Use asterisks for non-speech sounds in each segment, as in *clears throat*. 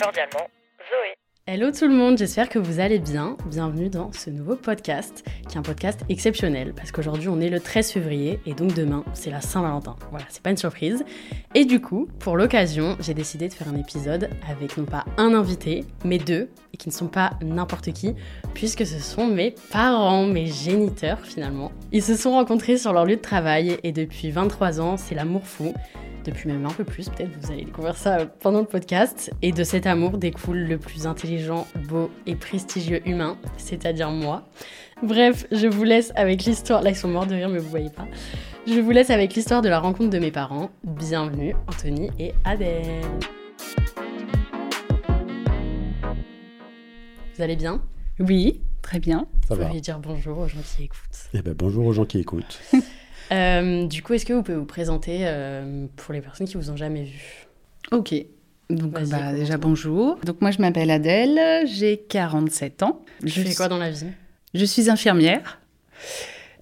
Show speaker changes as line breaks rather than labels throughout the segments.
Cordialement, Zoé.
Hello tout le monde, j'espère que vous allez bien. Bienvenue dans ce nouveau podcast, qui est un podcast exceptionnel, parce qu'aujourd'hui on est le 13 février, et donc demain c'est la Saint-Valentin. Voilà, c'est pas une surprise. Et du coup, pour l'occasion, j'ai décidé de faire un épisode avec non pas un invité, mais deux, et qui ne sont pas n'importe qui, puisque ce sont mes parents, mes géniteurs finalement. Ils se sont rencontrés sur leur lieu de travail, et depuis 23 ans, c'est l'amour fou depuis même un peu plus, peut-être vous allez découvrir ça pendant le podcast. Et de cet amour découle le plus intelligent, beau et prestigieux humain, c'est-à-dire moi. Bref, je vous laisse avec l'histoire. Là, ils sont morts de rire, mais vous voyez pas. Je vous laisse avec l'histoire de la rencontre de mes parents. Bienvenue, Anthony et Adèle. Vous allez bien
Oui, très bien.
Ça
Vous
va.
pouvez dire bonjour aux gens qui écoutent.
Eh ben, bonjour aux gens qui écoutent.
Euh, du coup, est-ce que vous pouvez vous présenter euh, pour les personnes qui vous ont jamais vu
Ok. Donc
Vas-y,
bah,
commence.
déjà bonjour. Donc moi je m'appelle Adèle, j'ai 47 ans.
Je fais
suis-
quoi dans la vie
Je suis infirmière.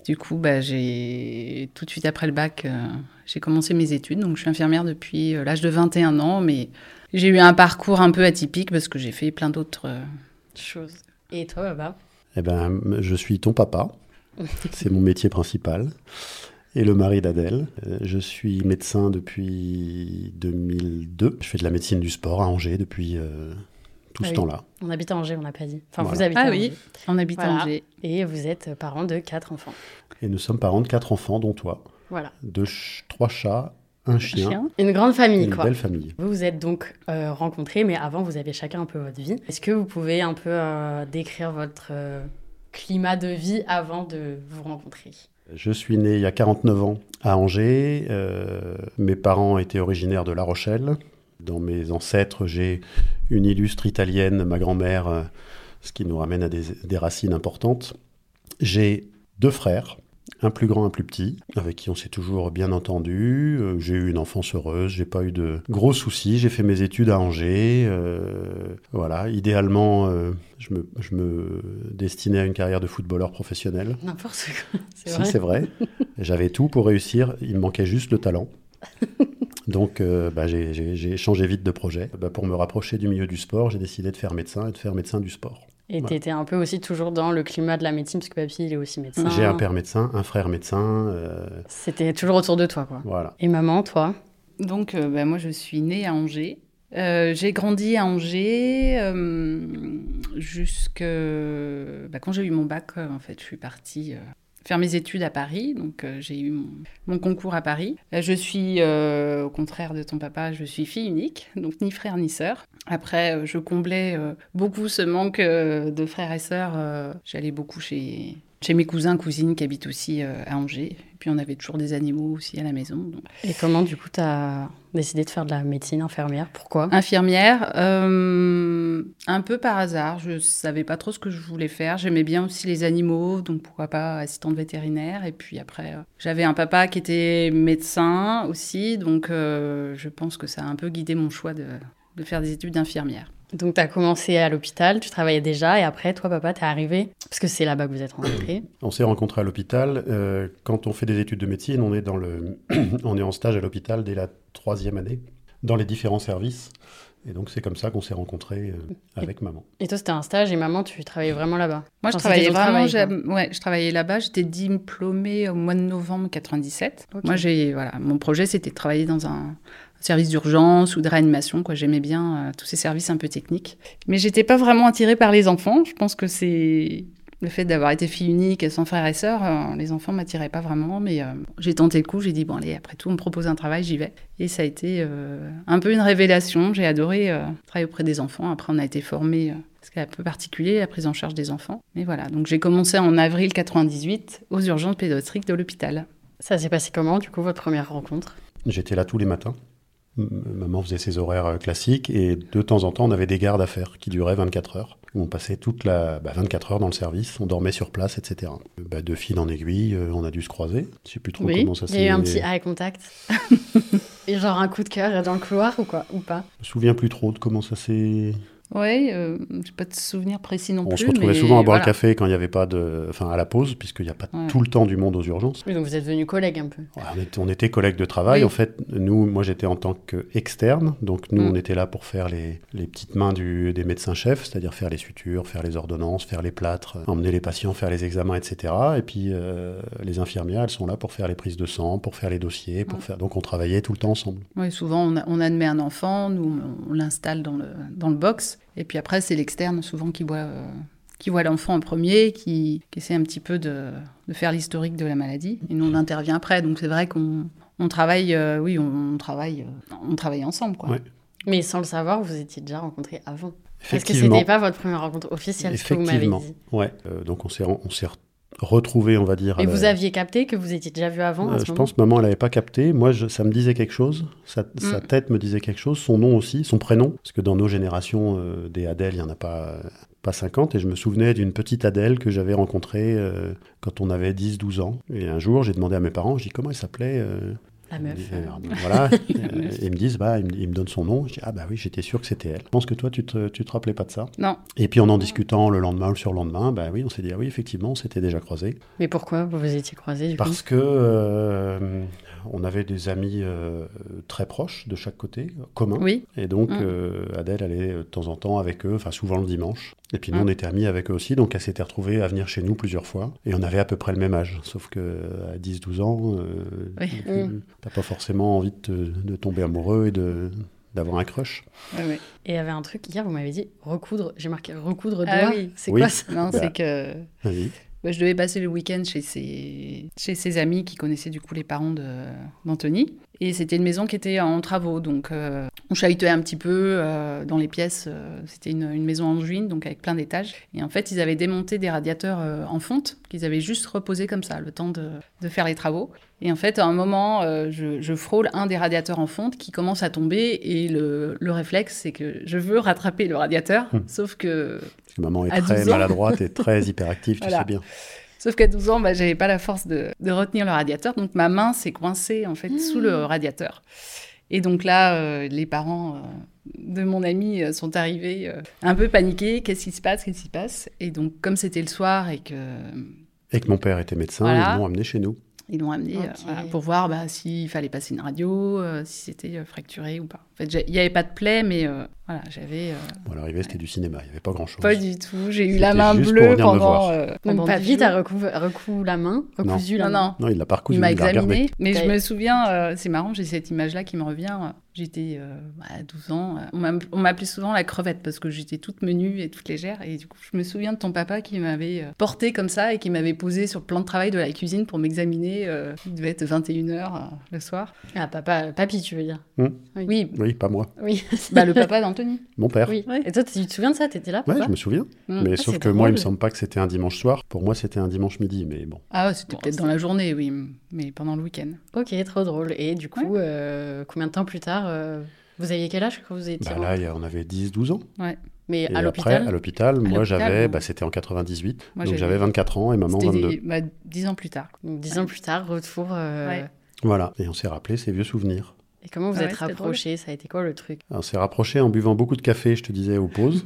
Du coup, bah, j'ai tout de suite après le bac, euh, j'ai commencé mes études. Donc je suis infirmière depuis euh, l'âge de 21 ans, mais j'ai eu un parcours un peu atypique parce que j'ai fait plein d'autres. euh,
chose. Et toi, Baba
Eh ben, m- je suis ton papa. C'est mon métier principal. Et le mari d'Adèle. Euh, Je suis médecin depuis 2002. Je fais de la médecine du sport à Angers depuis euh, tout
Ah
ce
oui.
temps-là.
On habite à Angers, on n'a pas dit. Enfin, vous
Voilà.
habitez
Ah
à
oui.
Angers.
En habitant
Voilà.
Angers.
Et vous êtes parents de quatre enfants.
Et nous sommes parents de quatre enfants, dont toi.
Voilà.
Deux ch- trois chats, un chien,
Chien.
Une grande
et
famille,
une
quoi.
belle famille.
Vous vous êtes donc euh, rencontrés, mais avant, vous avez chacun un peu votre vie. Est-ce que vous pouvez un peu euh, décrire votre euh, climat de vie avant de vous rencontrer
Je suis né il y a 49 ans à Angers. Euh, mes parents étaient originaires de La Rochelle. Dans mes ancêtres, j'ai une illustre italienne, ma grand-mère, euh, ce qui nous ramène à des, des racines importantes. J'ai deux frères, un plus grand, un plus petit, avec qui on s'est toujours bien entendu. Euh, J'ai eu une enfance heureuse, j'ai pas eu de gros soucis. J'ai fait mes études à Angers. euh, voilà, idéalement, euh, je, me, je me destinais à une carrière de footballeur professionnel.
N'importe quoi. *laughs* C'est
Si,
vrai.
c'est vrai. J'avais tout pour réussir. Il me manquait juste
*laughs*
le talent. Donc, euh, bah, j'ai- j'ai j'ai changé vite de projet. Bah, pour me rapprocher du milieu du sport, j'ai décidé de faire médecin et de faire médecin du sport.
Et
Ouais.
t'étais un peu aussi toujours dans le climat de la médecine, parce que papy, il est aussi médecin.
J'ai un père médecin, un frère médecin. euh,
C'était toujours autour de toi, quoi.
voilà.
Et maman, toi
Donc, euh, bah, moi, je suis née à Angers. Euh, j'ai grandi à Angers euh, jusque bah, quand j'ai eu mon bac. euh, en fait, je suis partie euh, faire mes études à Paris. Donc, euh, j'ai eu mon, mon concours à Paris. Euh, je suis, euh, au contraire de ton papa, je suis fille unique, donc ni frère ni sœur. Après, euh, je comblais euh, beaucoup ce manque euh, de frères et sœurs. euh, J'allais beaucoup chez chez mes cousins, cousines qui habitent aussi euh, à Angers. Et puis, on avait toujours des animaux aussi à la maison. donc
Et comment, du coup, t'as décidé de faire de la médecine infirmière Pourquoi
Infirmière, euh, un peu par hasard. Je savais pas trop ce que je voulais faire. J'aimais bien aussi les animaux, donc pourquoi pas assistante vétérinaire. Et puis après, euh, j'avais un papa qui était médecin aussi, donc euh, je pense que ça a un peu guidé mon choix de, de faire des études d'infirmière.
Donc, tu as commencé à l'hôpital, tu travaillais déjà, et après, toi, papa, t'es arrivé, parce que c'est là-bas que vous êtes rentré.
On s'est rencontrés à l'hôpital. Euh, quand on fait des études de médecine, on est, dans le... *clears throat* on est en stage à l'hôpital dès la troisième année, dans les différents services. Et donc, c'est comme ça qu'on s'est rencontrés euh, avec maman.
Et toi, c'était un stage, et maman, tu travaillais vraiment là-bas.
Moi, je
Enfin,
travaillais
c'était ton
vraiment.
travail, quoi.
j'aime- ouais, je travaillais là-bas. J'étais diplômée au mois de novembre 97.
Ok.
Moi, j'ai voilà, mon projet, c'était de travailler dans un service d'urgence ou de réanimation. Quoi, j'aimais bien euh, tous ces services un peu techniques. Mais j'étais pas vraiment attirée par les enfants. Je pense que c'est Le fait d'avoir été fille unique, sans frères et sœurs, euh, les enfants m'attiraient pas vraiment, mais euh, j'ai tenté le coup, j'ai dit, bon allez, après tout, on me propose un travail, j'y vais. Et ça a été euh, un peu une révélation, j'ai adoré euh, travailler auprès des enfants, après on a été formés, euh, ce qui est un peu particulier, la prise en charge des enfants. Mais voilà, donc j'ai commencé en avril 98 aux urgences pédiatriques de l'hôpital.
Ça s'est passé comment, du coup, votre première rencontre
J'étais là tous les matins. M- Maman faisait ses horaires euh, classiques et de temps en temps, on avait des gardes à faire qui duraient 24 heures. On passait toute la bah, 24 heures dans le service, on dormait sur place, etc. Bah, de fil en aiguille, euh, on a dû se croiser. Je sais plus trop
Oui,
comment ça
Il
s'est
y a eu un petit eye
*laughs*
contact Et genre un coup de cœur dans le couloir ou quoi Ou pas
Je me souviens plus trop de comment ça s'est.
Oui, euh, j'ai pas de souvenir précis non
On
plus.
se
mais
retrouvait souvent à boire
voilà.
le café quand il n'y avait pas de. Enfin, à la pause, puisqu'il n'y a pas
Ouais.
tout le temps du monde aux urgences.
Oui, donc vous êtes devenus collègues un peu.
Ouais, on, était, on était collègues de travail.
Oui.
En fait, nous, moi, j'étais en tant qu'externe. Donc, nous,
Mm.
on était là pour faire les, les petites mains du- des médecins-chefs, c'est-à-dire faire les sutures, faire les ordonnances, faire les plâtres, euh, emmener les patients, faire les examens, etc. Et puis, euh, les infirmières, elles sont là pour faire les prises de sang, pour faire les dossiers,
Mm.
pour faire. Donc, on travaillait tout le temps ensemble.
Oui, souvent on, a- on admet un enfant, nous on, on l'installe dans le, dans le box, et puis après c'est l'externe souvent qui voit, euh, qui voit l'enfant en premier, qui, qui essaie un petit peu de, de faire l'historique de la maladie, et nous on intervient après, donc c'est vrai qu'on on travaille, euh, oui, on, on travaille, euh, on travaille ensemble. Quoi.
Ouais.
Mais sans le savoir, vous étiez déjà rencontrés avant. Parce que
Effectivement.
c'était pas votre première rencontre officielle, ce que vous m'avez
Effectivement.
dit.
Ouais. Euh, donc, on s'est, ren- on s'est re- retrouvés, on va dire. à
Mais vous
la-
aviez capté que vous étiez déjà vu avant
Ah bah. Euh,
à ce
je
moment
pense que maman, elle n'avait pas capté. Moi, je- ça me disait quelque chose. Sa, sa
Mm.
tête me disait quelque chose. Son nom aussi, son prénom. Parce que dans nos générations, euh, des Adèles, il n'y en a pas, euh, pas 50. Et je me souvenais d'une petite Adèle que j'avais rencontrée euh, quand on avait 10-12 ans. Et un jour, j'ai demandé à mes parents, je dis comment elle s'appelait euh,
La
ils me
meuf.
disent,
euh,
euh,
*laughs*
Voilà. Euh, ils me disent, bah, ils me, ils me donnent son nom. Je dis, ah bah oui, j'étais sûr que c'était elle. Je pense que toi, tu te, tu te rappelais pas de ça.
Non,
Et puis en en discutant le lendemain ou le surlendemain, bah oui, on s'est dit, ah oui, effectivement, on s'était déjà croisés.
Mais pourquoi vous vous étiez croisés du
Parce
coup
que euh, on avait des amis euh, très proches de chaque côté, communs.
oui,
Et donc
Mm.
euh, Adèle allait euh, de temps en temps avec eux, enfin souvent le dimanche. Et puis nous
Mm.
on était amis avec eux aussi, donc elle s'était retrouvée à venir chez nous plusieurs fois. Et on avait à peu près le même âge, sauf que euh, à 10-12 ans, euh,
Oui. Mmh.
tu-
Mm.
t'as pas forcément envie de, te- de tomber amoureux et de d'avoir un crush.
oui, oui.
Et il y avait un truc, hier vous m'avez dit recoudre, j'ai marqué recoudre
Ah
doigt.
oui.
C'est
Oui.
quoi ça
Non,
Bah.
c'est que
Vas-y.
Ouais, Bah, je devais passer le week-end chez ses, chez ses amis qui connaissaient du coup les parents de- d'Anthony. Et c'était une maison qui était en travaux, donc euh, on chahutait un petit peu euh, dans les pièces. euh, c'était une, une maison en juin, donc avec plein d'étages. Et en fait, ils avaient démonté des radiateurs euh, en fonte qu'ils avaient juste reposés comme ça, le temps de, de faire les travaux. Et en fait, à un moment, euh, je, je frôle un des radiateurs en fonte qui commence à tomber. Et le, le réflexe, c'est que je veux rattraper le radiateur, sauf que
Parce que maman est
À
très
12 ans.
maladroite et très hyperactive, tu
Voilà.
sais bien.
Sauf qu'à 12 ans, bah, j'avais pas la force de, de retenir le radiateur, donc ma main s'est coincée en fait sous le
Hmm.
radiateur. Et donc là, euh, les parents euh, de mon ami euh, sont arrivés euh, un peu paniqués. Qu'est-ce qui se passe Qu'est-ce qui se passe Et donc, comme c'était le soir et que euh,
Et que mon père était médecin,
Voilà.
ils l'ont amené chez nous.
ils l'ont amené euh,
Ok.
voilà, pour voir bah, s'il fallait passer une radio, euh, si c'était euh, fracturé ou pas. En fait, j'ai- il n'y avait pas de plaie, mais euh, voilà, j'avais euh,
Bon, à l'arrivée, c'était du cinéma, il n'y avait pas grand-chose.
pas du tout. J'ai eu
C'était
la main
juste pour
bleue
venir me
pendant.
voir.
euh,
Donc,
pendant dix
papy,
jours.
t'as recou, recou hein, la main, recousu la
Non,
main.
non,
Non, il l'a pas recousu,
Il m'a
il l'a regardé.
examiné, mais je
Ouais.
me souviens, euh, c'est marrant, j'ai cette image-là qui me revient. J'étais euh, à 12 ans, euh, on m'a- on m'appelait souvent la crevette parce que j'étais toute menue et toute légère. Et du coup, je me souviens de ton papa qui m'avait euh, portée comme ça et qui m'avait posée sur le plan de travail de la cuisine pour m'examiner. euh, il devait être 21h euh, le soir.
Ah, papa, papy, tu veux dire
Oui,
Oui, pas moi,
Oui.
bah, le papa d'Anthony.
mon père.
*laughs* oui. Et toi, tu te souviens de ça T'étais là
Ouais,
papa
je me souviens.
Mm.
Mais
Ah,
sauf
c'est
que moi, il me
drôle.
semble pas que c'était un dimanche soir. Pour moi, c'était un dimanche midi. Mais bon,
*laughs* Ah, ouais, c'était
Bon,
peut-être dans la journée, oui, mais pendant le week-end.
Ok, trop drôle. Et du coup, euh, combien de temps plus tard euh, Vous aviez quel âge quand vous étiez
bah
en-
là, il y a- on avait 10-12 ans.
Mais
Et
à
après,
l'hôpital
à l'hôpital, moi,
l'hôpital,
j'avais.
non.
bah, c'était en 98.
Moi,
donc
j'avais-
j'avais 24 ans et maman
C'était
22.
des- bah, 10 ans plus tard.
Donc, dix ans plus tard, retour. euh,
Ouais.
Voilà. Et on s'est rappelé ces vieux souvenirs.
Et comment vous
Ah ouais,
êtes
c'était drôle.
rapprochés Ça a été quoi le truc
On s'est rapprochés en buvant beaucoup de café, je te disais,
*laughs*
aux pauses.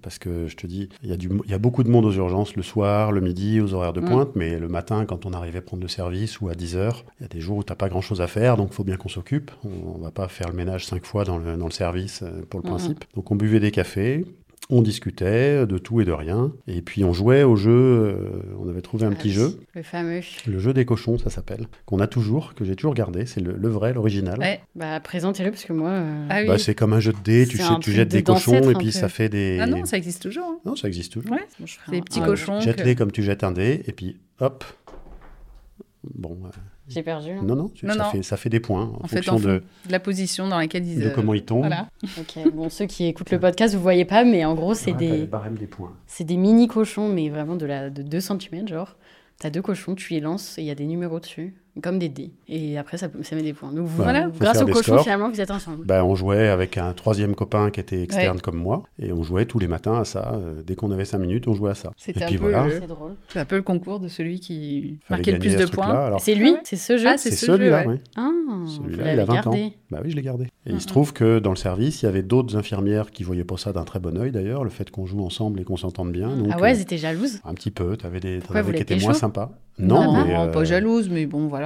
Parce que je te dis, il y, a du- il y a beaucoup de monde aux urgences le soir, le midi, aux horaires de
Mm.
pointe, mais le matin, quand on arrivait prendre le service ou à 10h, il y a des jours où t'as pas grand chose à faire, donc faut bien qu'on s'occupe. On, on va pas faire le ménage cinq fois dans le, dans le service euh, pour le
Mm,
principe. Donc on buvait des cafés. On discutait de tout et de rien. Et puis on jouait au jeu, euh, on avait trouvé un
Ah
petit
oui,
jeu,
Le fameux.
le jeu des cochons, ça s'appelle, qu'on a toujours, que j'ai toujours gardé, c'est le, le vrai, l'original.
Ouais.
Bah, présentez-le parce que moi. euh,
Ah oui.
Bah, c'est comme un jeu de dés, tu,
C'est
sais,
un
tu
truc
jettes
de
des cochons
d'ancêtre,
et
un
puis
peu.
ça fait des...
Ah non, ça existe toujours. hein.
Non, ça existe toujours.
Ouais.
bon, je ferai
Des
un- Ah,
petits
Ah,
un-
cochons.
Jette-les comme tu jettes un dé, et puis hop. Bon, euh,
J'ai perdu. hein. là.
non, non, tu-
Non,
ça,
non.
Fait, ça fait des points en
En fait,
fonction
en
de,
De la position dans laquelle ils.
de
euh,
comment ils tombent.
Voilà.
Ok, bon, ceux qui écoutent le podcast, vous voyez pas, mais en gros, c'est des,
barèmes des points.
c'est des mini cochons, mais vraiment de, la, de 2 cm, genre. T'as deux cochons, tu les lances et il y a des numéros dessus, comme des dés. Et après, ça, ça met des points. Donc, vous,
Voilà.
vous-
Faut
grâce
Bah, faire
aux
des
cochons,
scores.
finalement, vous êtes ensemble.
Bah, on jouait avec un troisième copain qui était externe comme moi, et on jouait tous les matins à ça. euh, dès qu'on avait cinq minutes, on jouait à ça. Et
C'était un
puis
peu
voilà,
le-
fallait
C'est drôle.
C'est un peu le concours de celui qui marquait le
gagner
plus
à
de
ce truc-là.
points.
Alors,
C'est lui,
ouais.
c'est ce jeu.
Ah,
c'est
c'est ce
celui-là,
jeu, ouais.
oui.
Ah, vous
Celui-là, il
l'avez
a 20
gardé. Ah
ans. Bah oui, je l'ai gardé. Et
Mm,
il se trouve que dans le service, il y avait d'autres infirmières qui voyaient pas ça d'un très bon œil d'ailleurs, le fait qu'on joue ensemble et qu'on s'entende bien. Donc,
Ah ouais,
euh,
elles étaient jalouses.
un petit peu, t'avais des t'en
Pourquoi,
avais
vous
qui
l'étiez
étaient moins
chaud
sympas.
Non,
mais,
non, Ah, pas
euh,
jalouse, mais bon, voilà.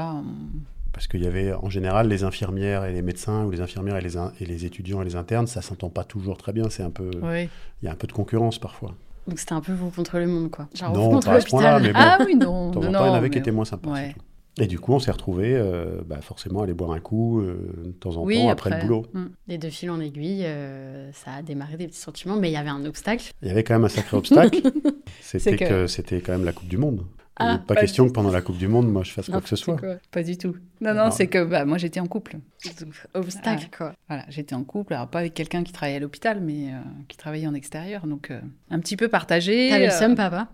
Parce qu'il y avait en général les infirmières et les médecins, ou les infirmières et les, in- et les étudiants et les internes, ça s'entend pas toujours très bien. C'est un peu, il
Ouais.
y a un peu de concurrence parfois.
Donc, c'était un peu vous contre le monde, quoi. Genre, vous
non,
contre
pas à ce point-là,
l'hôpital.
mais bon,
Ah oui, non.
de
non,
temps en
non,
temps, il y en avait qui
mais-
étaient moins sympas. c'est
Ouais.
tout. Et du coup, on s'est retrouvés euh, bah, forcément à aller boire un coup euh, de temps en
Oui,
temps après, le boulot.
Mm.
Et de fil en aiguille, euh, ça a démarré des petits sentiments, mais il y avait un obstacle.
Il y avait quand même un sacré obstacle.
*laughs*
C'était
que-
que, c'était quand même la Coupe du Monde.
Ah,
Il n'est pas
pas
question que pendant la Coupe du Monde, moi, je fasse quoi que ce soit.
Pas du tout. Non, non,
Non.
c'est que bah, moi j'étais en couple.
Donc, obstacle,
Ah.
quoi.
Voilà, j'étais en couple, alors pas avec quelqu'un qui travaillait à l'hôpital, mais euh, qui travaillait en extérieur, donc euh, un petit peu partagé.
T'avais le
euh,
seum, papa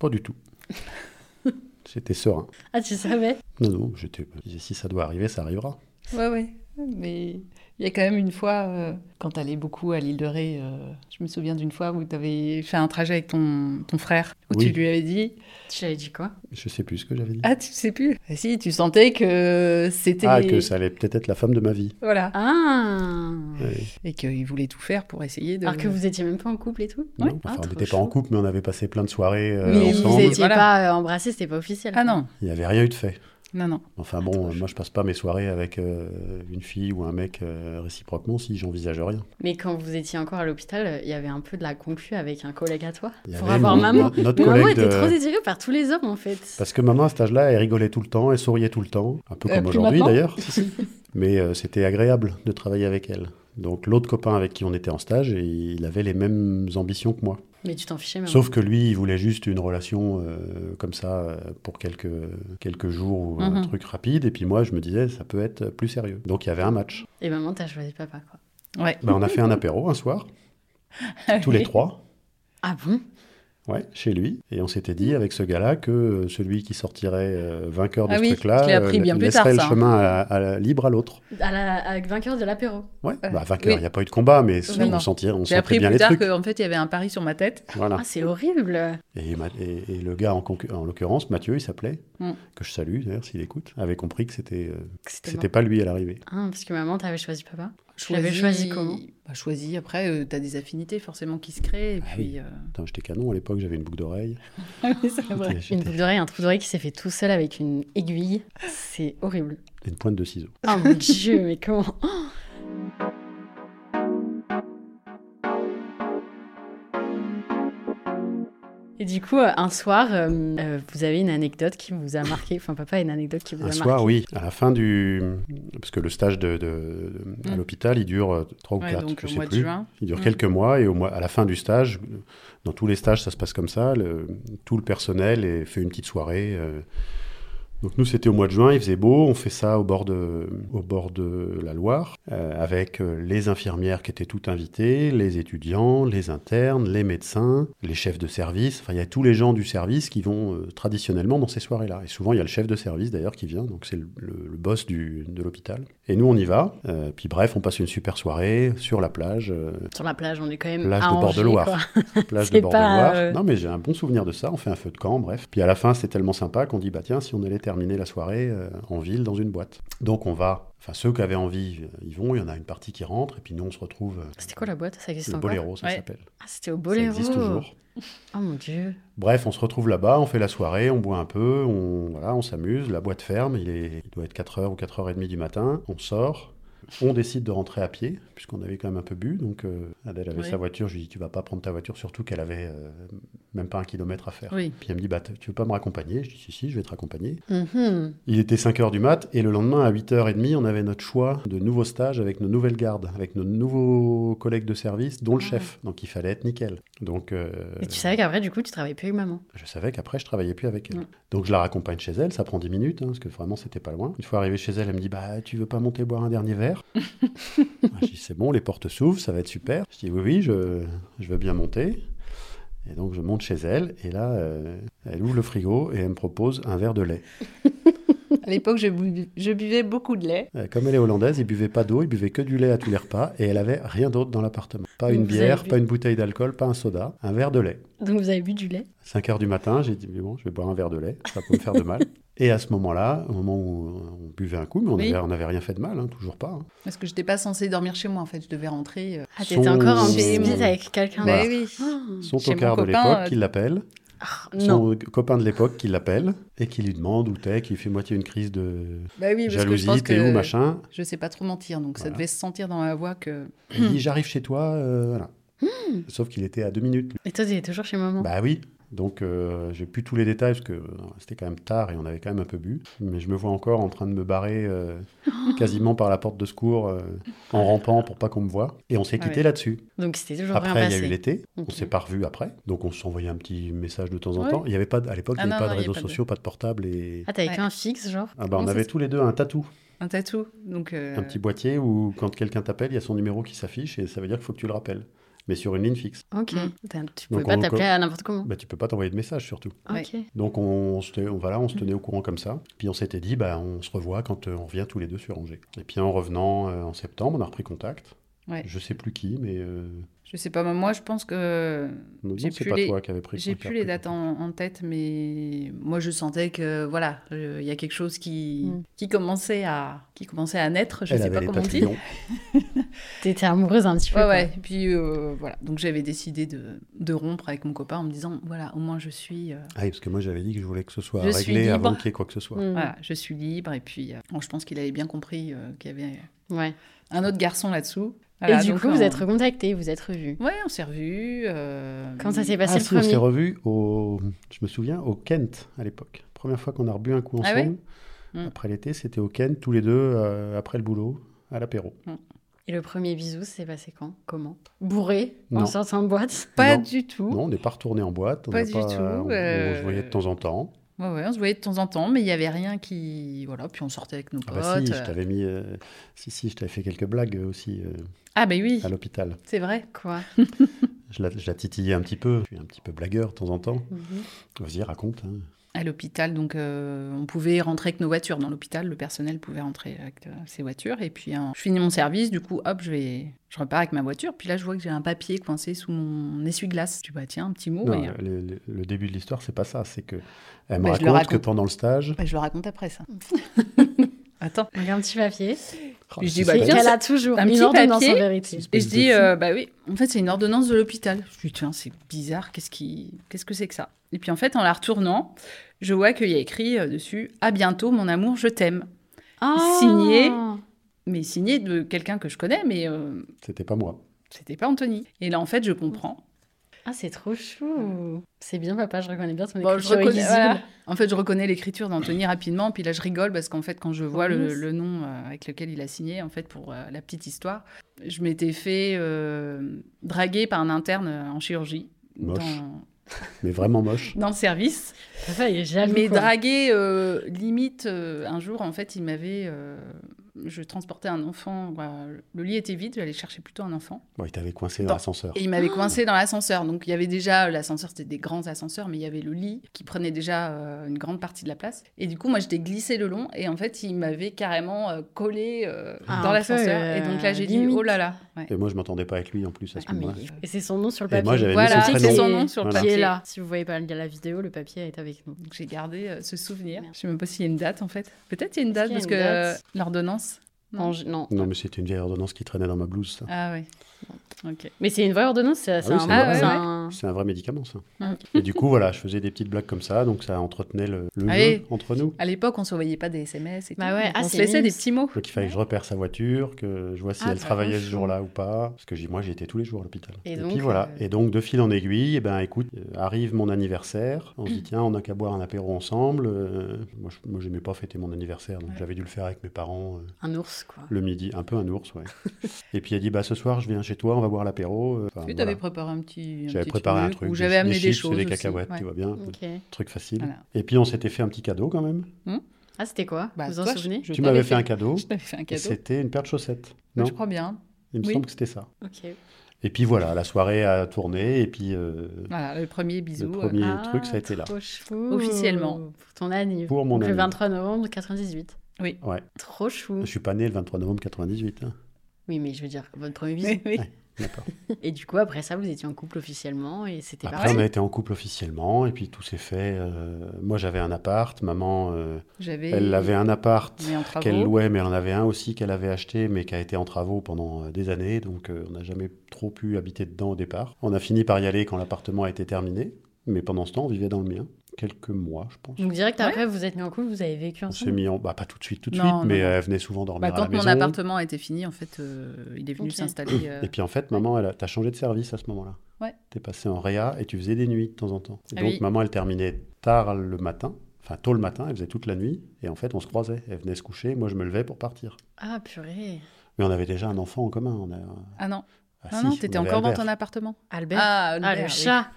Pas
*laughs*
du tout. J'étais serein.
Ah, tu savais
Non, non, j'étais. je disais, Si ça doit arriver, ça arrivera.
Ouais, ouais. Mais il y a quand même une fois, euh, quand t'allais beaucoup à l'île de Ré, euh, je me souviens d'une fois où t'avais fait un trajet avec ton, ton frère, où
Oui.
tu lui avais dit
Tu l'avais dit quoi
Je sais plus ce que j'avais dit.
Ah, tu sais plus Ah Si, tu sentais que c'était.
Ah, que ça allait peut-être être la femme de ma vie.
Voilà.
Ah
Ouais.
Et qu'il voulait tout faire pour essayer de.
Alors que vous étiez même pas en couple et tout
Non, enfin,
Ah,
on
trop
n'était pas
chaud.
en couple, mais on avait passé plein de soirées euh,
Oui,
Mais vous
ensemble.
n'étiez
voilà.
pas euh, embrassés, c'était pas officiel.
Ah non,
Il n'y avait rien eu de fait.
non, non.
Enfin
Ah,
bon, euh, moi je passe pas mes soirées avec euh, une fille ou un mec euh, réciproquement si j'envisage rien.
Mais quand vous étiez encore à l'hôpital, euh, il y avait un peu de la conclue avec un collègue à toi
Il y
pour
avait
avoir
mon-
maman.
no- notre
Mais maman
collègue
était trop
de...
désirée par tous les hommes en fait.
Parce que maman à cet âge-là, elle rigolait tout le temps, elle souriait tout le temps, un peu
Euh,
comme
plus
aujourd'hui
maintenant. *laughs*
d'ailleurs. Mais euh, c'était agréable de travailler avec elle. Donc l'autre copain avec qui on était en stage, il avait les mêmes ambitions que moi.
Mais tu t'en fichais
Ah.
même.
Sauf que lui, il voulait juste une relation euh, comme ça euh, pour quelques, quelques jours ou un
Mhm.
truc rapide. Et puis moi, je me disais, ça peut être plus sérieux. Donc il y avait un match.
Et maman, t'as choisi papa quoi.
Ouais.
Ben, on a fait un apéro
*laughs*
un soir, tous les trois,
Ah bon
ouais, chez lui. Et on s'était dit avec ce gars-là que euh, celui qui sortirait euh, vainqueur de
Ah
ce
oui, je
truc-là euh,
l'ai appris bien plus
laisserait
tard,
le
ça, hein.
chemin à- à- libre à l'autre.
à la, Avec vainqueur de l'apéro.
Ouais.
Euh,
Bah, vainqueur, il
oui.
n'y a pas eu de combat, mais
Oui,
on
non.
sentait, on
J'ai
sentait
appris
bien
plus
les
tard
trucs.
qu'en fait, il y avait un pari sur ma tête.
Voilà.
Ah, c'est horrible
Et, ma- et- et le gars, en, concu- en l'occurrence, Mathieu, il s'appelait,
Mm.
que je salue d'ailleurs s'il écoute, avait compris que c'était... euh,
C'était
C'était pas lui à l'arrivée.
Ah, parce que maman, t'avais choisi papa. Tu l'avais choisi comment
bah, Choisi, après, euh, t'as des affinités forcément qui se créent. Et
Ah
puis,
oui.
*laughs*
Putain, j'étais canon à l'époque, j'avais une boucle d'oreille.
Ah
euh, c'est vrai.
J'étais-
Une
j'étais-
boucle d'oreille, un trou d'oreille qui s'est fait tout seul avec une aiguille. C'est horrible.
et une pointe de ciseaux.
Oh mon dieu, mais comment Et du coup, euh, un soir, euh, euh, vous avez une anecdote qui vous a marqué. Enfin, papa a une anecdote qui vous
Un
a
soir,
marqué.
oui, à la fin du. Parce que le stage de, de- de- à
Mm.
l'hôpital, il dure 3 ou
Ouais,
4,
donc
je
au
sais
mois de
plus.
juin.
Il dure
Mm.
quelques mois et au mois, à la fin du stage, euh, dans tous les stages, ça se passe comme ça. le- tout le personnel est- fait une petite soirée. euh. donc nous, c'était au mois de juin, il faisait beau. On fait ça au bord de, au bord de la Loire, euh, avec euh, les infirmières qui étaient toutes invitées, les étudiants, les internes, les médecins, les chefs de service. Enfin, il y a tous les gens du service qui vont euh, traditionnellement dans ces soirées-là. Et souvent, il y a le chef de service d'ailleurs qui vient. Donc c'est le, le- le boss du- de l'hôpital. Et nous, on y va. Euh, puis bref, on passe une super soirée sur la plage. euh,
Sur la plage, on est quand même
Plage
à
de bord de
Angers, quoi.
Loire. *laughs* Plage
C'est
de bord de
pas,
Loire.
euh,
Non, mais j'ai un bon souvenir de ça. On fait un feu de camp, bref. Puis à la fin, c'est tellement sympa qu'on dit, bah tiens, si on allait terminer la soirée euh, en ville dans une boîte. Donc on va. Enfin, ceux qui avaient envie, euh, ils vont. Il y en a une partie qui rentre. Et puis nous, on se retrouve. euh,
C'était quoi la boîte Ça existe
le
encore
boléro, ça
Ouais.
s'appelle.
Ah, c'était au
Ça
Boléro.
existe toujours.
Oh mon dieu.
Bref, on se retrouve là-bas, on fait la soirée, on boit un peu, on, voilà, on s'amuse. La boîte ferme, il, est, il doit être 4h ou 4h30 du matin. On sort. On décide de rentrer à pied, puisqu'on avait quand même un peu bu. Donc euh, Adèle avait
Oui.
sa voiture. Je lui dis Tu vas pas prendre ta voiture, surtout qu'elle avait euh, même pas un kilomètre à faire.
Oui.
Puis elle me dit bah, t- Tu veux pas me raccompagner Je dis Si, si, je vais te raccompagner.
Mm-hmm.
Mhm.
Il était 5h du mat et le lendemain à 8h30, on avait notre choix de nouveaux stages avec nos nouvelles gardes, avec nos nouveaux collègues de service, dont le
Ah.
chef. Donc il fallait être nickel. Donc euh,
Et tu savais qu'après, du coup, tu travaillais plus avec maman.
je savais qu'après je travaillais plus avec elle.
Mm.
Donc je la raccompagne chez elle, ça prend 10 minutes hein, parce que vraiment c'était pas loin. Une fois arrivée chez elle, elle me dit "Bah, tu veux pas monter boire un
*laughs*
dernier verre Ah, Je dis "C'est bon, les portes s'ouvrent, ça va être super." Je dis "Oui oui, je je veux bien monter." Et donc je monte chez elle et là euh, elle ouvre le frigo et elle me propose un verre de lait.
À l'époque, je, bu- je buvais beaucoup de lait.
Euh, Comme elle est hollandaise, il buvait pas d'eau, il buvait que du lait à tous les repas et elle avait rien d'autre dans l'appartement. Pas
Donc
une
vous avez
bière,
bu-
pas une bouteille d'alcool, pas un soda, un verre de lait.
Donc, vous avez bu du lait
5 heures du matin, j'ai dit, mais bon, je vais boire un verre de lait, ça peut me faire
*laughs*
de mal. Et à ce moment-là, au moment où on buvait un coup, mais on
Oui.
n'avait rien fait de mal, hein, toujours pas. hein.
Parce que j'étais pas censée dormir chez moi, en fait. Je devais rentrer. euh. Eh
Ah,
Son-
t'étais encore en
son-
bisbise avec quelqu'un
Voilà.
d'autre.
oui.
Ah,
*gasps*
Son
Chez mon
tocard de
copain,
l'époque
euh,
qui l'appelle,
ah, non.
son copain de l'époque qui l'appelle et qui lui demande où t'es, qui fait moitié une crise de
Bah oui, parce que je
jalousie,
pense
t'es où,
que
machin.
je sais pas trop mentir, donc ça
Voilà.
devait se sentir dans ma voix que *clears throat*
Et il dit, j'arrive chez toi, euh, voilà.
Hmm.
Sauf qu'il était à deux minutes. lui.
Et toi, t'étais toujours chez
Mmh.
maman.
Bah oui. Donc, euh, j'ai plus tous les détails parce que euh, c'était quand même tard et on avait quand même un peu bu. Mais je me vois encore en train de me barrer euh,
Oh.
quasiment par la porte de secours euh, en rampant pour pas qu'on me voie. Et on s'est
Ah
quitté
ouais.
là-dessus.
Donc, c'était toujours bien
Après, il y a eu
passé.
l'été.
Ok.
On s'est pas revus après. Donc, on s'envoyait un petit message de temps en
Ouais.
temps. Il y avait pas, de- à l'époque,
Ah
il n'y
non,
avait pas
non, il
de
y a
réseaux
pas de-
sociaux, pas de portable. Et...
Ah, t'avais
Ouais.
que un fixe, genre
Ah bah,
Comment
on
ça
avait
se-
tous les deux un tatou,
un tatou. Donc euh,
un petit boîtier où quand quelqu'un t'appelle, il y a son numéro qui s'affiche et ça veut dire qu'il faut que tu le rappelles. Mais sur une ligne fixe.
Ok.
Mm.
T'as- Tu pouvais
Donc,
pas
on-
t'appeler à n'importe comment.
Bah, tu peux pas t'envoyer de message surtout.
ouais.
Ok.
Donc on, se tenait, on- voilà, on se tenait au courant comme ça. Puis on s'était dit, bah, on se revoit quand euh, on revient tous les deux sur Angers. Et puis en revenant euh, en septembre, on a repris contact.
Ouais.
Je sais plus qui, mais euh,
je sais pas, mais moi je pense que
non,
J'ai
c'est
plus
pas
les-
toi qui avais pris
j'ai
contact.
plus les dates en, en tête, mais moi je sentais que voilà, euh, il y a quelque chose qui
Mm.
qui commençait à qui commençait à naître. Je
Elle
sais
avait
pas
les
comment on dit.
papillons.
T'étais amoureuse un petit peu.
Ouais,
quoi.
ouais. Et puis euh, voilà, donc j'avais décidé de, de rompre avec mon copain en me disant voilà, au moins je suis euh,
Ah oui, parce que moi j'avais dit que je voulais que ce soit
Je suis
réglé
libre.
avant qu'il y ait quoi que ce soit.
Mm.
voilà, je suis libre. Et puis euh, bon, je pense qu'il avait bien compris euh, qu'il y avait
Ouais.
un autre garçon là-dessous.
Et
Voilà,
du
donc,
coup, vous
on-
êtes recontactés, vous êtes revus.
Ouais, on s'est revus. euh,
Quand ça s'est
Ah
passé
si,
le
on s'est
premier
revus au, je me souviens, au Kent à l'époque. Première fois qu'on a rebu un coup
Ah
ensemble.
ouais Mm.
Après l'été, c'était au Kent, tous les deux, euh, après le boulot, à l'apéro.
Et le premier bisou, s'est passé quand Comment Bourré En
Non.
sortant de boîte
Pas
Non.
du tout.
Non, on n'est pas retourné en boîte. on
Pas
n'a
du
pas-
tout,
on- on
euh,
se voyait de temps en temps.
Ouais, ouais, on se voyait de temps en temps, mais il n'y avait rien qui. Voilà, puis on sortait avec nos
Ah
potes.
bah si, je
euh.
t'avais mis, euh, si si, je t'avais fait quelques blagues euh, aussi euh,
Ah, bah oui,
à l'hôpital.
c'est vrai.
Quoi
Je la, je la titillais un petit peu. Je suis un petit peu blagueur de temps en temps.
Mhm.
Mm-hmm.
Vas-y, raconte. hein.
À l'hôpital, donc euh, on pouvait rentrer avec nos voitures. Dans l'hôpital, le personnel pouvait rentrer avec euh, ses voitures. Et puis hein, je finis mon service, du coup, hop, je vais, je repars avec ma voiture. Puis là, je vois que j'ai un papier coincé sous mon essuie-glace. Tu bah tiens, un petit mot.
Non,
et, euh,
le, le- le début de l'histoire, c'est pas ça. C'est que elle me
Bah, je
raconte,
le
que
raconte.
pendant le stage,
bah, je le raconte après ça. *laughs* Attends.
Donc un petit papier.
Oh,
Puis je
c'est
dis, bah,
fait.
Et
tiens,
qu'elle
ça-
a toujours
un
une
petit
ordonnance en
papier.
vérité.
Et je
espèce de
dis,
fou.
euh, bah oui, en fait, c'est une ordonnance de l'hôpital. Je dis, tiens, c'est bizarre, qu'est-ce qui... qu'est-ce que c'est que ça Et puis en fait, en la retournant, je vois qu'il y a écrit euh, dessus À bientôt, mon amour, je t'aime.
Ah
Signé. Mais signé de quelqu'un que je connais, mais euh,
c'était pas moi.
c'était pas Anthony. Et là, en fait, je comprends.
Ah, c'est trop chou C'est bien, papa, je reconnais bien ton
Bon, je
écriture
reconnais.
illisible.
voilà. En fait, je reconnais l'écriture d'Anthony rapidement. Puis là, je rigole parce qu'en fait, quand je vois le,
mince.
le nom euh, avec lequel il a signé, en fait, pour euh, la petite histoire, je m'étais fait euh, draguer par un interne euh, en chirurgie.
Moche.
Dans,
Mais vraiment moche.
dans le service.
Papa, il est jaloux,
Mais
quoi.
draguer, euh, limite, euh, un jour, en fait, il m'avait. euh, je transportais un enfant. voilà, le lit était vide, j'allais chercher plutôt un enfant.
Bon, il t'avait coincé dans
Dans-
l'ascenseur.
Et il m'avait coincé dans l'ascenseur. Donc, il y avait déjà. euh, L'ascenseur, c'était des grands ascenseurs, mais il y avait le lit qui prenait déjà euh, une grande partie de la place. Et du coup, moi, j'étais glissée le long. Et en fait, il m'avait carrément euh, collée collé
Ah, un
dans
peu,
l'ascenseur.
euh,
et donc là, j'ai dit
limite.
oh là là. Ouais.
Et moi, je m'entendais pas avec lui en plus à ce
Ah, mais...
moment-là.
Et c'est son nom sur le
Et
papier.
moi, j'avais mis
Voilà,
son
c'est
prénom.
son nom sur le
Voilà.
Qui est
papier.
là. Si vous voyez pas la vidéo, le papier est avec nous.
Donc, j'ai gardé euh, ce souvenir.
Merde.
Je sais même pas s'il y a une date, en fait. Peut-être il y a une
Est-ce
date,
qu'il y a
parce
une
que euh,
date
l'ordonnance. Non.
Non, je- non.
Non, mais c'était une vieille ordonnance qui traînait dans ma blouse. ça.
Ah oui. Ok.
Mais c'est une vraie ordonnance, c'est c'est
oui,
un,
c'est
vrai.
c'est
Ah ouais,
un-
C'est un vrai médicament, ça.
Ok.
Et du coup, voilà, je faisais des petites blagues comme ça, donc ça entretenait le, le
Allez.
jeu entre nous.
À l'époque, on ne s'envoyait pas des SMS et
Bah
tout.
ouais,
donc
ah,
on se
c'est
laissait
mimes.
des petits mots.
Donc il fallait que je repère sa voiture, que je vois si
Ah,
elle
bah,
travaillait ce
vachement.
jour-là ou pas. Parce que j'ai- moi, j'étais tous les jours à l'hôpital.
Et
Et,
donc,
puis voilà.
euh,
Et donc, de fil en aiguille, eh ben, écoute, euh, arrive mon anniversaire. On se dit, tiens, on n'a qu'à boire un apéro ensemble. Euh, moi, je moi, j'aimais pas fêter mon anniversaire, donc j'avais dû le faire avec mes parents
Ah.
euh,
un ours, quoi.
le midi. Un peu un
*laughs*
ours, ouais. Et puis elle dit, bah, ce soir, je viens chez toi, on va boire l'apéro. Euh, enfin,
Tu
voilà.
avais préparé un petit. un
J'avais
petit
préparé un truc.
Ou j'avais amené des,
chips et
choses.
des
aussi,
cacahuètes,
ouais.
tu vois bien.
Ok.
Truc facile.
Voilà.
Et puis on s'était fait un petit cadeau quand même.
Ah, c'était quoi
Bah,
Vous vous en
toi, je-
souvenez
je
tu
t'avais
m'avais fait un cadeau.
Je t'avais fait un
et
cadeau. Bah,
C'était une paire de chaussettes. Non,
Je crois bien.
il me
oui.
semble que c'était ça.
Ok.
Et puis voilà, la soirée a tourné et puis euh,
Voilà, le premier
le
bisou. euh,
premier
Ah,
truc, ça a été là.
trop chou.
Officiellement.
Pour ton anniv.
Pour mon
Donc, Le
anniv.
23 novembre 98.
Ouais.
Trop chou.
Je suis pas né le 23 novembre 98. hein.
Oui, mais je veux dire, votre premier bisou.
Oui, *laughs* oui.
D'accord.
Et du coup, après ça, vous étiez en couple officiellement et c'était
Après,
parti.
on a été en couple officiellement et puis tout s'est fait. euh, moi, j'avais un appart. Maman, euh,
J'avais.
elle avait un appart
Mais en travaux.
qu'elle louait, mais elle en avait un aussi qu'elle avait acheté, mais qui a été en travaux pendant euh, des années. Donc, euh, on n'a jamais trop pu habiter dedans au départ. On a fini par y aller quand l'appartement a été terminé. Mais pendant ce temps, on vivait dans le mien. Quelques mois, je pense.
Donc, direct après, vous êtes mis en couple, vous avez vécu
On s'est
ensemble.
mis en... Bah, pas tout de suite, tout de
Ah, Non,
suite,
non,
mais
non.
elle venait souvent dormir
Bah,
à la
quand
maison.
mon appartement était fini, en fait, euh, il est venu
Ok.
s'installer.
*laughs*
euh,
Et puis en fait, maman, elle a... t'as changé de service à ce moment-là.
Ouais.
T'es passé en réa et tu faisais des nuits de temps en temps. Et
Ah
donc
oui.
maman, elle terminait tard le matin, enfin tôt le matin, elle faisait toute la nuit. Et en fait, on se croisait. Elle venait se coucher, moi je me levais pour partir.
Ah, purée.
Mais on avait déjà un enfant en commun. On a...
Ah non,
Ah
non,
si,
non,
on
t'étais
avait
encore dans
Albert.
ton appartement.
Albert. Ah,
Ah, Albert,
le
oui.
chat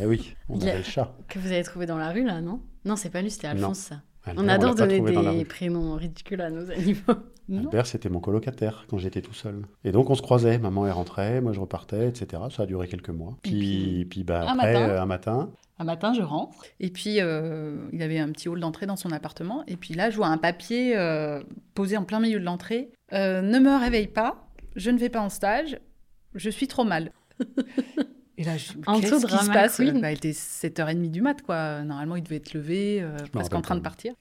Eh oui, on
Il y a-
avait le chat.
que vous avez trouvé dans la rue, là, non Non, c'est pas lui, c'était
Non.
Alphonse, ça.
Albert,
On
l'a
adore
pas
donner
trouvé dans la
des
rue.
prénoms ridicules à nos animaux.
Non.
Albert, c'était mon colocataire quand j'étais tout seul. Et donc on se croisait, maman elle rentrait, moi je repartais, etc. Ça a duré quelques mois.
Et
Puis, puis... bah,
un
après,
matin-
euh, un matin,
Un matin, je rentre. Et puis, euh, il avait un petit hall d'entrée dans son appartement. Et puis là, je vois un papier euh, posé en plein milieu de l'entrée. Euh, ne me réveille pas, je ne vais pas en stage, je suis trop mal. *laughs* Et là, je
En tout
qu'est-ce qui se
drama
passe
queen.
Bah, Il était 7h30 du mat, quoi. Normalement, il devait être levé, euh, presque en
rappelle
train de
pas.
partir.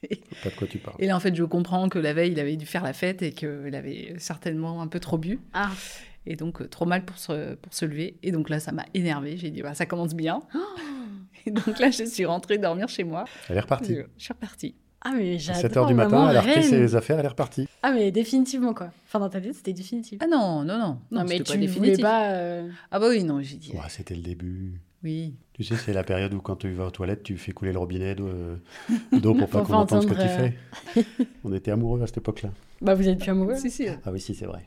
pas de quoi tu parles.
Et là, en fait, je comprends que la veille, il avait dû faire la fête et qu'il avait certainement un peu trop bu.
*laughs* Ah,
Et donc, euh, trop mal pour se, pour se lever. Et donc là, ça m'a énervée. J'ai dit, bah, ça
*gasps*
commence bien.
Oh
Et donc là, je suis rentrée dormir chez moi.
Elle est repartie.
Je je suis repartie.
ah mais j'adore.
7h du matin,
maman,
elle a repris
reine.
ses affaires, elle est repartie.
Ah, mais définitivement, quoi. Enfin, dans ta tête, c'était définitif.
Ah non, non, non.
non, mais
c'était
tu ne voulais
définitif.
pas... euh,
Ah bah oui, non, j'ai dit.
Ouais, c'était le début.
Oui.
Tu sais, c'est la période où quand tu vas aux toilettes, tu fais couler le robinet d'eau euh, d'eau pour pas
Pour
qu'on
pas
entende ce que tu
entendre, euh,
fais. On était amoureux à cette époque-là.
Bah, vous êtes plus amoureux.
Si, si.
Ah oui, si, c'est vrai.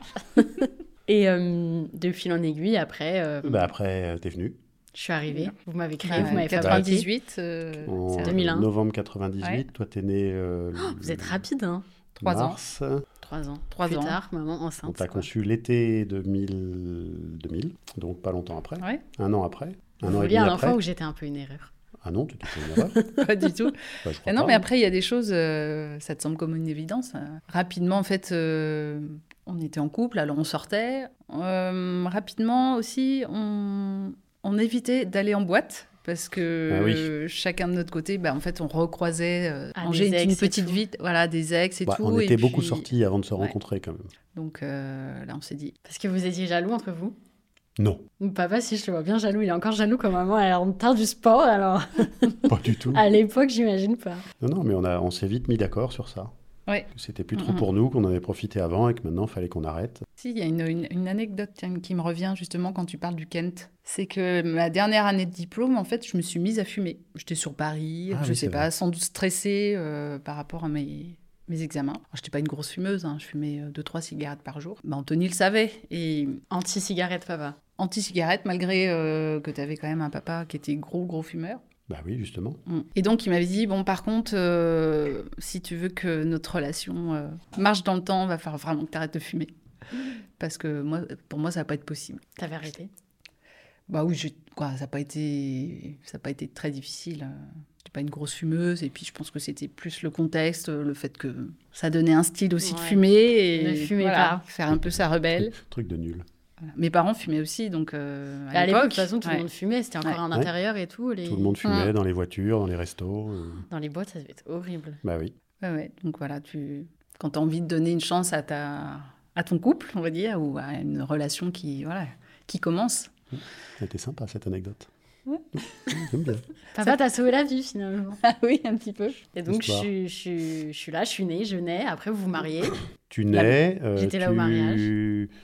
Et euh, de fil en aiguille, après, euh,
Bah, après, euh, t'es venu.
je suis arrivée. Vous m'avez créé,
Euh,
vous m'avez fabriqué.
98, euh,
En
c'est
euh,
vrai.
2001.
novembre 98,
Ouais.
toi, t'es né. euh, le-
Vous êtes rapide, hein
Trois ans.
mars.
Trois ans.
Trois
Plus
ans.
tard, maman
On
enceinte.
t'a
quoi.
conçu l'été 2000, 2000, donc pas longtemps après.
Ouais.
Un an après. Un
Vous
an et
vouliez
demi
un
après.
enfant où j'étais un peu une erreur.
Ah non, tu t'es fait une erreur.
pas du tout.
Bah, je crois
Ah non,
pas,
mais
hein.
après, il y a des choses, euh, ça te semble comme une évidence. euh. Rapidement, en fait, euh, on était en couple, alors on sortait. Euh, rapidement aussi, on, on évitait d'aller en boîte. Parce que
Ah oui.
euh, chacun de notre côté, bah, en fait, on recroisait. euh,
Ah,
Angers
des
est une
ex et
petite
tout.
ville, voilà, des ex et
Bah,
tout.
on
et
était beaucoup
puis-
sortis avant de se
Ouais.
rencontrer quand même.
Donc euh, là, on s'est dit,
Parce que vous étiez jaloux entre vous.
Non,
Mon Papa, si je le vois bien jaloux, il est encore jaloux quand maman elle est en retard du sport.
*laughs*
Alors,
pas du tout.
à l'époque, j'imagine pas.
Non, non, mais on, a- on s'est vite mis d'accord sur ça.
Ouais.
Que c'était plus trop
Mm, mm.
pour nous, qu'on en avait profité avant et que maintenant, il fallait qu'on arrête.
Si, il y a une, une- une anecdote tiens, qui me revient justement quand tu parles du Kent. C'est que ma dernière année de diplôme, en fait, je me suis mise à fumer. J'étais sur Paris,
Ah
je
oui,
sais
c'est
pas,
vrai.
sans doute stressée euh, par rapport à mes, mes examens. Alors, j'étais pas une grosse fumeuse, hein, je fumais 2-3 cigarettes par jour. Bah, Anthony le savait. Et
Anti-cigarette, papa.
anti-cigarette, malgré euh, que tu avais quand même un papa qui était gros, gros fumeur.
Bah oui, justement.
Mm. Et donc, il m'avait dit Bon, par contre, euh, si tu veux que notre relation euh, marche dans le temps, va falloir vraiment que tu arrêtes de fumer. Parce que moi, pour moi, ça va pas être possible.
T'avais arrêté.
Bah oui, j'ai- quoi, ça n'a pas été, ça a pas été très difficile. Euh, J'étais pas une grosse fumeuse et puis je pense que c'était plus le contexte, euh, le fait que ça donnait un style aussi de
Ouais.
fumer et
Ne fumez
voilà,
pas.
faire un peu sa rebelle.
*laughs* Truc de nul.
Voilà. Mes parents fumaient aussi donc euh,
Bah, À l'époque, de toute façon, tout le
ouais.
monde fumait. C'était encore
Ouais.
en
Ouais.
intérieur et tout. Les...
Tout le monde fumait dans les voitures, dans les restos. euh,
Dans les boîtes, ça devait être horrible.
Bah oui.
Ouais, ouais. Donc voilà, tu quand tu as envie de donner une chance à ta à ton couple, on va dire ou à une relation qui voilà, qui commence.
C'était sympa cette anecdote. *laughs* J'aime bien.
Papa t'a sauvé la vie finalement.
Ah oui, un petit peu.
Et donc je
Bonsoir.
suis, je, suis, je suis là, je suis née, je nais, après vous vous mariez.
Tu nais. euh,
J'étais là au
tu-
mariage.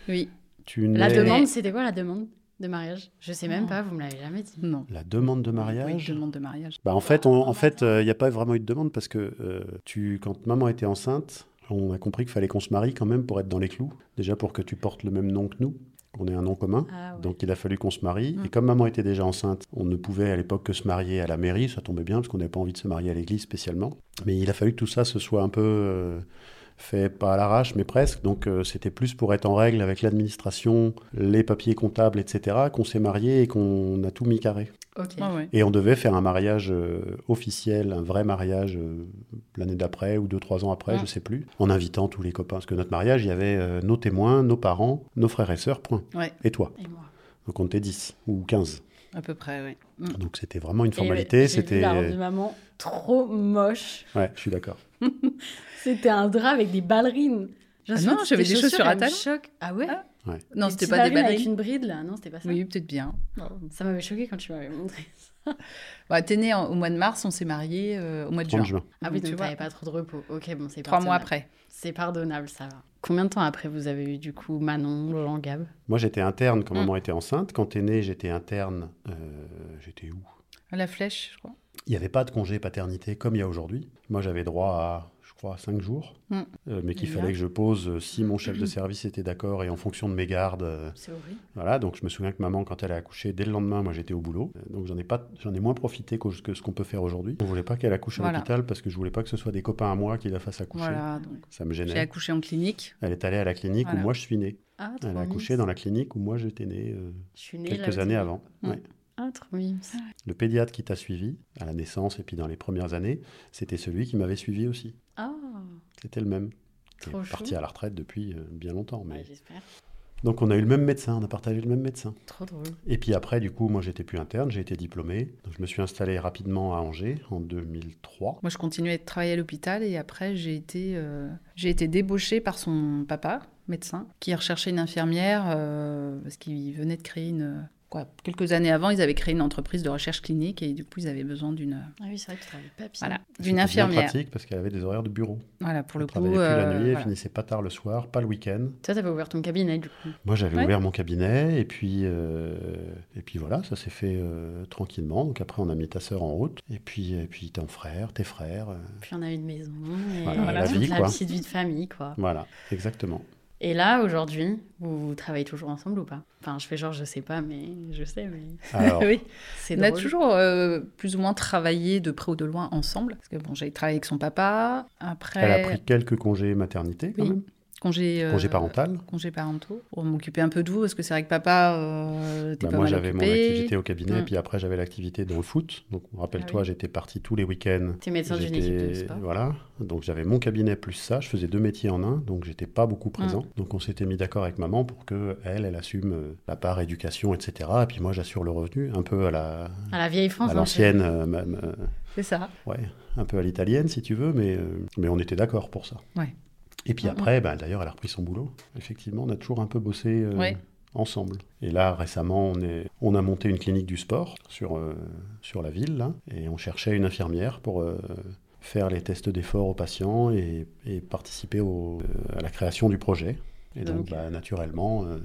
Oui,
Tu
La
nais-
demande, c'était quoi la demande de mariage Je sais même
Non.
pas, vous me l'avez jamais dit.
non.
La demande de
Oui,
mariage.
demande de mariage.
Bah, en fait, on- en fait, il n'y a pas vraiment eu de demande parce que euh, tu, quand maman était enceinte, on a compris qu'il fallait qu'on se marie quand même pour être dans les clous. Déjà pour que tu portes le même nom que nous, qu'on ait un nom commun.
Ah ouais. Hum.
Donc il a fallu qu'on se marie.
Mm.
Et comme maman était déjà enceinte, on ne pouvait à l'époque que se marier à la mairie. Ça tombait bien parce qu'on n'avait pas envie de se marier à l'église spécialement. Mais il a fallu que tout ça se soit un peu euh, fait pas à l'arrache, mais presque. Donc euh, c'était plus pour être en règle avec l'administration, les papiers comptables, etc. Qu'on s'est marié et qu'on a tout mis carré.
Ok.
Ah ouais.
Et on devait faire un mariage euh, officiel, un vrai mariage euh, l'année d'après ou deux, trois ans après,
Hum.
Mm.
je sais plus, en invitant tous les copains. Parce que notre mariage, il y avait euh, nos témoins, nos parents, nos frères et sœurs, point.
Ouais.
Et toi.
Et moi.
Donc on était 10 ou 15.
à peu près, oui. Mm.
Donc c'était vraiment une
Et,
formalité.
euh, j'ai vu
c'était.
La robe de maman, trop moche.
Ouais, je suis d'accord.
C'était un drap avec des ballerines. J'en
Ah
suis
non,
dit,
j'avais
tes
des chaussures à
elles me
talons.
choquent. Ah ouais
Ah,
Des
Non, c'était
petites
pas des
avec
ballerines.
une bride là, non, c'était pas ça.
Oui, peut-être bien.
Ça m'avait choqué quand tu m'avais montré.
Bah, T'es né en- au mois de mars, on s'est mariés euh, au mois de
30
juin.
juin.
Ah
Donc,
oui,
tu
donc
vois.
t'avais pas trop de repos. Ok, bon, c'est
Trois mois
pardonnable.
après.
C'est pardonnable, ça va. Combien de temps après vous avez eu du coup Manon, Jean Gab
Moi j'étais interne quand
Mm.
maman était enceinte. Quand t'es né, j'étais interne. euh, j'étais où
À La flèche, je crois.
Il n'y avait pas de congé paternité comme il y a aujourd'hui. Moi, j'avais droit à, je crois, 5 jours,
Mm.
Euh, mais qu'il
Bien.
fallait que je pose euh, si mon chef de service était d'accord et en fonction de mes gardes. euh,
Mm. C'est horrible.
voilà, donc je me souviens que maman, quand elle a accouché, dès le lendemain, moi, j'étais au boulot. Euh, Donc j'en ai, pas, j'en ai moins profité qu'au- que ce qu'on peut faire aujourd'hui. On voulait pas qu'elle accouche à
Voilà.
l'hôpital parce que je voulais pas que ce soit des copains à moi qui la fassent accoucher.
Voilà, donc
Ça me
j'ai
gênait.
accouché en clinique.
Elle est allée à la clinique
Voilà.
où moi je suis né.
Ah, trop
Elle a
mimes.
accouché dans la clinique où moi j'étais né euh,
Je suis née là
quelques
où
années
t'es-
avant.
Mm.
Ouais.
Ah, trop mimes.
Le pédiatre qui t'a suivi à la naissance et puis dans les premières années, c'était celui qui m'avait suivi aussi.
Ah,
C'était le même. Il
Trop
est parti
chou.
à la retraite depuis euh, bien longtemps. Mais...
ouais, j'espère.
Donc on a eu le même médecin, on a partagé le même médecin.
Trop drôle.
Et puis après, du coup, moi j'étais plus interne, j'ai été diplômé. Donc je me suis installé rapidement à Angers en 2003.
Moi, je continuais de travailler à l'hôpital et après, j'ai été, euh, j'ai été débauchée par son papa, médecin, qui recherchait une infirmière euh, parce qu'il venait de créer une. Quoi, quelques années avant, ils avaient créé une entreprise de recherche clinique et du coup, ils avaient besoin d'une
Ah oui, c'est vrai que tu travailles pas pire.
voilà,
C'était
d'une
bien
infirmière.
pratique parce qu'elle avait des horaires de bureau.
Voilà, pour le
elle
coup.
travaillait plus la
euh,
nuit, elle
voilà.
finissait pas tard le soir, pas le week-end.
Toi, t'avais ouvert ton cabinet du coup.
Moi, j'avais
Ouais.
ouvert mon cabinet et puis, euh, et puis voilà, ça s'est fait euh, tranquillement. Donc après, on a mis ta sœur en route et puis, et puis ton frère, tes frères. euh,
Puis on a une maison. Et
Voilà,
la
toute
vie,
la
quoi.
petite vie de famille, quoi.
voilà, exactement.
Et là, aujourd'hui, vous, vous travaillez toujours ensemble ou pas Enfin, je fais genre, je sais pas, mais je sais, mais
*laughs*
Alors,
Oui.
c'est
On a
drôle.
toujours euh, plus ou moins travaillé de près ou de loin ensemble. Parce que bon, j'ai travaillé avec son papa. Après,
elle a pris quelques congés maternité quand
Oui.
même.
congé, euh,
Congé parental.
congés parentaux pour m'occuper un peu de vous parce que c'est vrai que papa euh, était
Bah,
pas
moi,
mal
j'avais mon
occupé.
activité au cabinet,
Mm.
puis après, j'avais l'activité dans le foot. Donc,
Ah
rappelle-toi,
oui.
j'étais parti tous les week-ends.
T'es médecin d'une équipe de
J'étais-
sport.
Voilà, donc j'avais mon cabinet plus ça, je faisais deux métiers en un, donc j'étais pas beaucoup présent.
Mm.
Donc on s'était mis d'accord avec maman pour que elle, elle assume euh, la part éducation, etc. Et puis moi j'assure le revenu, un peu à la
À la vieille France.
à
hein,
l'ancienne, euh, même, euh,
C'est ça.
ouais, un peu à l'italienne si tu veux, mais euh, mais on était d'accord pour ça.
Ouais.
Et puis
Mhm.
après, bah, d'ailleurs, elle a repris son boulot. Effectivement, on a toujours un peu bossé euh,
Ouais.
ensemble. Et là, récemment, on, est, on a monté une clinique du sport sur, euh, sur la ville, là, et on cherchait une infirmière pour euh, faire les tests d'effort aux patients et, et participer au- euh, à la création du projet. Et donc,
Donc.
bah, naturellement, euh,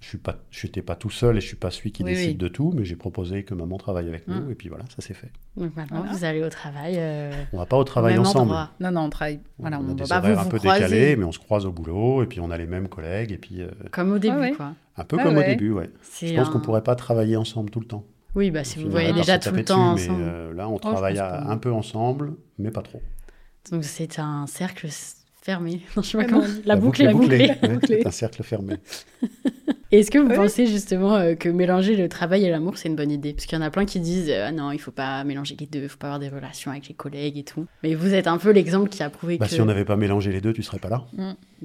je suis pas, je n'étais pas tout seul et je suis pas celui qui
Oui,
décide
oui.
de tout, mais j'ai proposé que maman travaille avec nous,
Mm.
et puis voilà, ça s'est fait.
euh, Donc maintenant,
Voilà.
vous allez au travail. euh,
On va pas au
au
travail
même
ensemble.
endroit.
Non, non, on travaille. Voilà,
on a
on
des
va-
bah,
horaires
vous
un
vous
peu
croisez.
décalés, mais on se croise au boulot, et puis on a les mêmes collègues, et puis euh,
Comme au début,
ouais.
quoi.
un peu
Ah
comme au
ouais.
début, ouais. Je pense qu'on pourrait pas travailler ensemble tout le temps.
Oui, bah, si vous
Finalement,
voyez
à part
déjà
se
tout le
taper
temps
dessus,
ensemble.
Mais euh, là, on travaille
pense
à-
pas.
un peu ensemble, mais pas trop. euh,
Donc c'est un cercle s- fermé. *laughs* Non, je sais pas comment on dit. La, boucle,
est
est bouclée.
bouclée. Ouais, c'est un cercle fermé. *laughs*
Est-ce que vous
Oui.
pensez justement euh, que mélanger le travail et l'amour, c'est une bonne idée Parce qu'il y en a plein qui disent euh, Ah non, il faut pas mélanger les deux, il faut pas avoir des relations avec les collègues et tout. Mais vous êtes un peu l'exemple qui a prouvé
Bah,
que.
Si on n'avait pas mélangé les deux, tu serais pas là.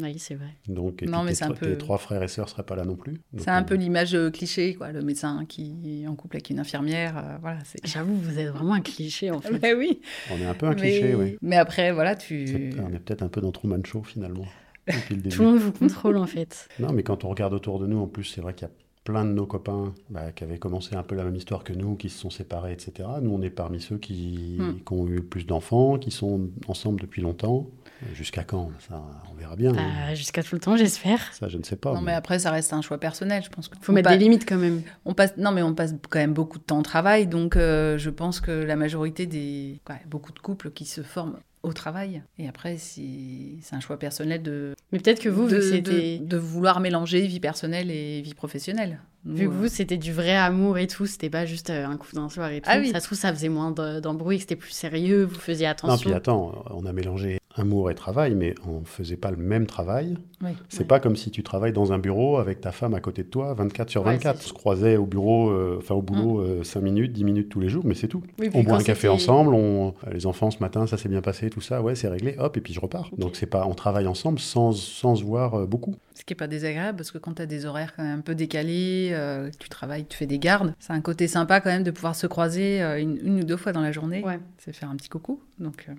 Oui, c'est vrai.
Donc, et
Non,
puis
mais
tes,
c'est un
tro-
peu-
tes trois frères et sœurs seraient pas là non plus. Donc,
C'est un
euh,
peu l'image euh, cliché, quoi, le médecin qui est en couple avec une infirmière. euh, voilà,
*laughs*
c'est.
J'avoue, vous êtes vraiment un cliché en fait.
Mais oui.
On est un peu un
mais...
cliché, oui.
mais après, voilà, tu.
On est peut-être un peu dans Truman Show finalement. Depuis le
Tout
début.
le monde vous contrôle en fait.
*laughs* Non, mais quand on regarde autour de nous, en plus, c'est vrai qu'il y a plein de nos copains bah, qui avaient commencé un peu la même histoire que nous, qui se sont séparés, etc. Nous, on est parmi ceux qui,
Mm.
qui ont eu plus d'enfants, qui sont ensemble depuis longtemps. Euh, Jusqu'à quand Ça, on verra bien. hein.
Bah, Jusqu'à tout le temps, j'espère.
Ça, je ne sais pas.
Ah. Non, mais après, ça reste un choix personnel, je pense. que-
Faut mettre
pas-
des limites quand même.
On passe, non, mais on passe quand même beaucoup de temps au travail, donc euh, je pense que la majorité des. ouais, beaucoup de couples qui se forment au travail. Et après, si- c'est un choix personnel de,
Mais peut-être que vous,
de,
vu que c'était.
de- de vouloir mélanger vie personnelle et vie professionnelle. Nous,
Vu que
euh,
vous, c'était du vrai amour et tout, c'était pas juste euh, un coup d'un soir et tout.
Ah oui.
Ça se trouve, ça faisait moins de- d'embrouilles, que c'était plus sérieux, vous faisiez
Non,
attention.
puis attends, on a mélangé amour et travail, mais on ne faisait pas le même travail.
oui.
C'est pas comme si tu travailles dans un bureau avec ta femme à côté de toi 24 sur
Ouais,
24.
c'est- Hum.
on se croisait au bureau, euh, enfin au boulot 5 minutes, 10 minutes tous les jours, mais c'est tout.
Oui, puis
On boit
quand
un café
c'était-
ensemble, on... euh, les enfants ce matin, ça s'est bien passé, tout ça, ouais, c'est réglé, hop, et puis je repars. Donc c'est pas, on travaille ensemble sans, sans se voir euh, beaucoup.
Ce qui n'est pas désagréable, parce que quand tu as des horaires quand même un peu décalés, euh, tu travailles, tu fais des gardes, c'est un côté sympa quand même de pouvoir se croiser euh, une, une ou deux fois dans la journée.
Ouais.
C'est faire un petit coucou. Donc, euh,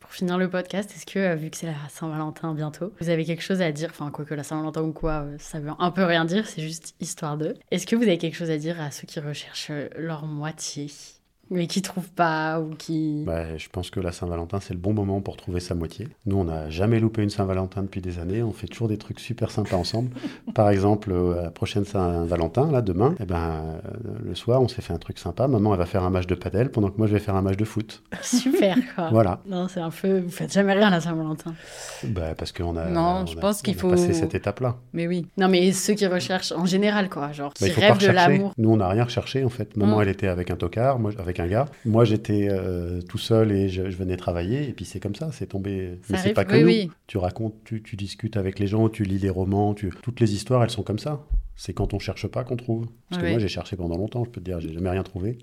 Pour finir le podcast, est-ce que, euh, vu que c'est la Saint-Valentin bientôt, vous avez quelque chose à dire Enfin, quoi que la Saint-Valentin ou quoi, euh, ça veut un peu rien dire, c'est juste histoire de. Est-ce que vous avez quelque chose à dire à ceux qui recherchent euh, leur moitié mais qui trouvent pas ou qui...
Bah, je pense que la Saint-Valentin, c'est le bon moment pour trouver sa moitié. Nous, on n'a jamais loupé une Saint-Valentin depuis des années. On fait toujours des trucs super
*laughs*
sympas ensemble. Par exemple, euh, à la prochaine Saint-Valentin, là, demain, eh ben, euh, le soir, on s'est fait un truc sympa. Maman, elle va faire un match de padel pendant que moi, je vais faire un match de foot.
*laughs* Super,
Ah.
quoi.
Voilà.
Non, c'est un peu... Vous faites jamais rien à la Saint-Valentin.
Bah, parce qu'on a,
Non,
on
je
a-
pense qu'il
on a
faut-
passé cette étape-là.
mais oui. *laughs*
Non, mais ceux qui recherchent en général, quoi. Genre,
Bah,
qui
il faut pas
rêvent de
rechercher.
l'amour.
Nous, on n'a rien recherché en fait. Maman,
Mm.
elle était avec un tocard, moi avec un gars. Moi, j'étais euh, tout seul et je, je venais travailler. Et puis c'est comme ça, c'est tombé.
Ça
Mais c'est
arrive,
pas que
oui,
nous.
oui.
Tu racontes, tu, tu discutes avec les gens, tu lis des romans, tu... toutes les histoires, elles sont comme ça. C'est quand on cherche pas qu'on trouve. Parce que
Oui.
moi, j'ai cherché pendant longtemps. Je peux te dire, j'ai jamais rien trouvé.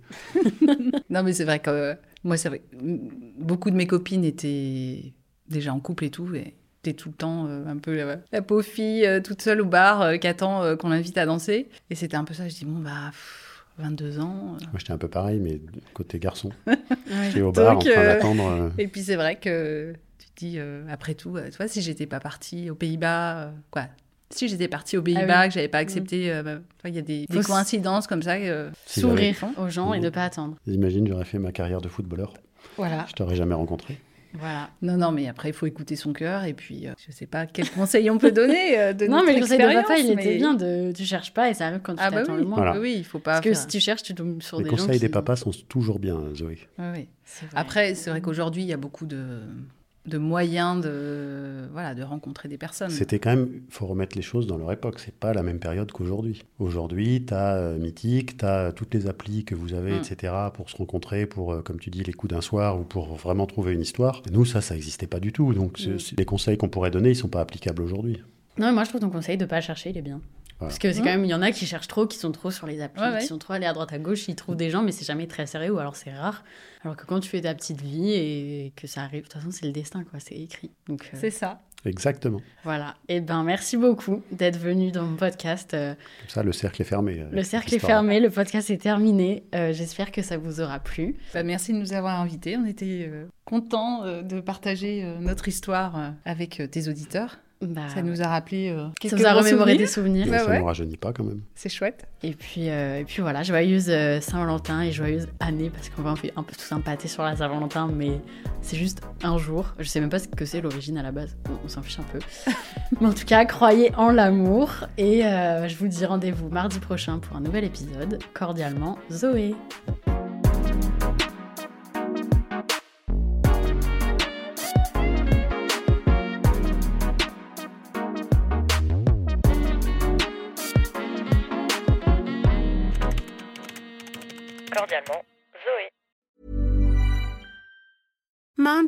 Non, mais c'est vrai que euh, moi, c'est vrai. que, mm, Beaucoup de mes copines étaient déjà en couple et tout. Et t'es tout le temps euh, un peu la, la pauvre fille euh, toute seule au bar euh, qui attend euh, qu'on l'invite à danser. Et c'était un peu ça. Je dis, bon, bah, pff, 22 ans. euh.
Moi, j'étais un peu pareil, mais côté garçon.
*laughs* Ouais.
J'étais au bar
Donc,
en train
euh,
d'attendre. euh,
Et puis, c'est vrai que tu te dis, euh, après tout, euh, tu vois, si j'étais pas partie aux Pays-Bas, euh, quoi. Si j'étais partie aux Pays-Bas, que j'avais pas accepté, euh, bah, tu vois, il y a des, des
Ah Mm. Faut s-
coïncidences comme ça. euh,
si
S'ouvrir aux gens et
Mmh.
ne pas attendre.
j'avais- Imagine, j'aurais fait ma carrière de footballeur.
Voilà,
Je t'aurais jamais rencontré.
voilà.
Non, non, mais après, il faut écouter son cœur. Et puis, euh, je sais pas quel *laughs* conseil on peut donner euh, de
Non,
notre
mais le conseil de
expérience,
papa, il
mais-
était bien de tu cherches pas et ça arrive quand tu
Ah bah
t'attends
oui,
le moins.
Voilà.
oui, il faut pas.
Parce que
faire-
si tu cherches, tu tombes sur
Les
des gens.
conseils
qui-
des papas sont toujours bien, Zoé.
Ouais, ouais.
C'est vrai.
Après, c'est vrai qu'aujourd'hui, il y a beaucoup de, de moyens de, voilà, de rencontrer des
Mm.
personnes.
C'était quand même, faut remettre les choses dans leur époque. C'est pas la même période qu'aujourd'hui. Aujourd'hui, tu as Mythique, tu as toutes les applis que vous avez,
Mm.
etc., pour se rencontrer, pour, euh, comme tu dis, les coups d'un soir ou pour vraiment trouver une histoire. Nous, ça, ça n'existait pas du tout. Donc,
Mm.
c'est- c'est- les conseils qu'on pourrait donner, ils sont pas applicables aujourd'hui.
Non, mais moi, je trouve ton conseil de pas chercher, il est bien. Parce que c'est quand même, il y en a qui cherchent trop, qui sont trop sur les applis,
Ouais, ouais.
qui sont trop allés à droite à gauche, ils trouvent des gens, mais c'est jamais très sérieux ou alors c'est rare. Alors que quand tu fais ta petite vie et que ça arrive, de toute façon, c'est le destin, quoi, c'est écrit. Donc euh,
C'est ça.
Exactement.
voilà. Et ben, merci beaucoup d'être venu dans mon podcast. euh,
Comme ça, le cercle est fermé. euh,
le
cette
cercle est
histoire.
fermé, le podcast est terminé. Euh, J'espère que ça vous aura plu.
Bah, merci de nous avoir invités. On était euh, contents euh, de partager euh, notre histoire euh, avec euh, tes auditeurs.
Bah,
ça nous a rappelé euh,
ça
quelques
vous a
bons
remémoré des
souvenirs.
souvenirs.
Mais
Ouais,
ça
ouais.
ne rajeunit pas quand même.
C'est chouette.
Et puis, euh, et puis voilà, joyeuse euh, Saint-Valentin et joyeuse année, parce qu'on va un peu, un peu tous un pâté sur la Saint-Valentin, mais c'est juste un jour. Je sais même pas ce que c'est l'origine à la base, on, on s'en fiche un peu. mais en tout cas, croyez en l'amour, et euh, je vous dis rendez-vous mardi prochain pour un nouvel épisode. Cordialement, Zoé.
Cordialement, Zoé.
Mom